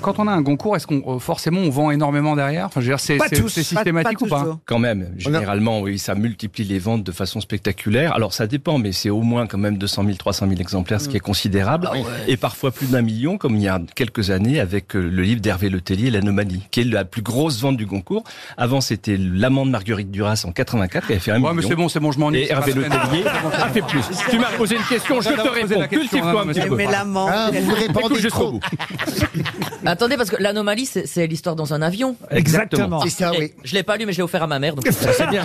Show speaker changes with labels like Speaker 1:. Speaker 1: quand on a un Goncourt, est-ce qu'on euh, forcément on vend énormément derrière Enfin, je veux dire, c'est
Speaker 2: Pas
Speaker 1: c'est-
Speaker 2: tous, hein.
Speaker 1: c'est
Speaker 2: pas-
Speaker 1: systématique
Speaker 2: pas
Speaker 1: ou pas
Speaker 2: toujours.
Speaker 3: Quand même,
Speaker 2: On a-
Speaker 3: généralement, oui, ça multiplie les ventes de façon spectaculaire. Alors ça dépend, mais c'est au moins quand même 200 000, 300 000 exemplaires,
Speaker 2: Mm.
Speaker 3: ce qui est
Speaker 2: Ah
Speaker 3: considérable. Et parfois plus d'un million, comme il y a quelques années avec euh, le livre d'Hervé Letellier, L'Anomalie, qui est la plus grosse vente du Goncourt. Avant, c'était L'Amant de Marguerite Duras en 84, qui avait fait un
Speaker 1: Ouais, mais
Speaker 3: million.
Speaker 1: c'est bon, c'est bon, je m'ennuie.
Speaker 3: Et
Speaker 1: c'est pas
Speaker 3: Hervé
Speaker 1: la
Speaker 3: Le
Speaker 1: peine.
Speaker 3: Tellier
Speaker 4: Ah, fais plus. Tu m'as posé une question, je
Speaker 1: Non, non,
Speaker 4: te
Speaker 1: posez
Speaker 4: réponds.
Speaker 1: la question, hein,
Speaker 4: Cultive-toi
Speaker 1: non,
Speaker 4: un
Speaker 1: mais
Speaker 4: petit
Speaker 1: c'est
Speaker 4: peu.
Speaker 1: bon.
Speaker 2: Mais l'amant,
Speaker 5: Hein, vous
Speaker 4: Écoute
Speaker 5: répandez
Speaker 4: jusqu'au
Speaker 5: trop.
Speaker 4: bout.
Speaker 6: Attendez, parce que l'anomalie, c'est c'est l'histoire dans un avion.
Speaker 3: Exactement.
Speaker 5: C'est ça,
Speaker 6: Et
Speaker 5: oui.
Speaker 6: Je l'ai pas lu, mais je l'ai offert à ma mère. Donc...
Speaker 3: C'est bien.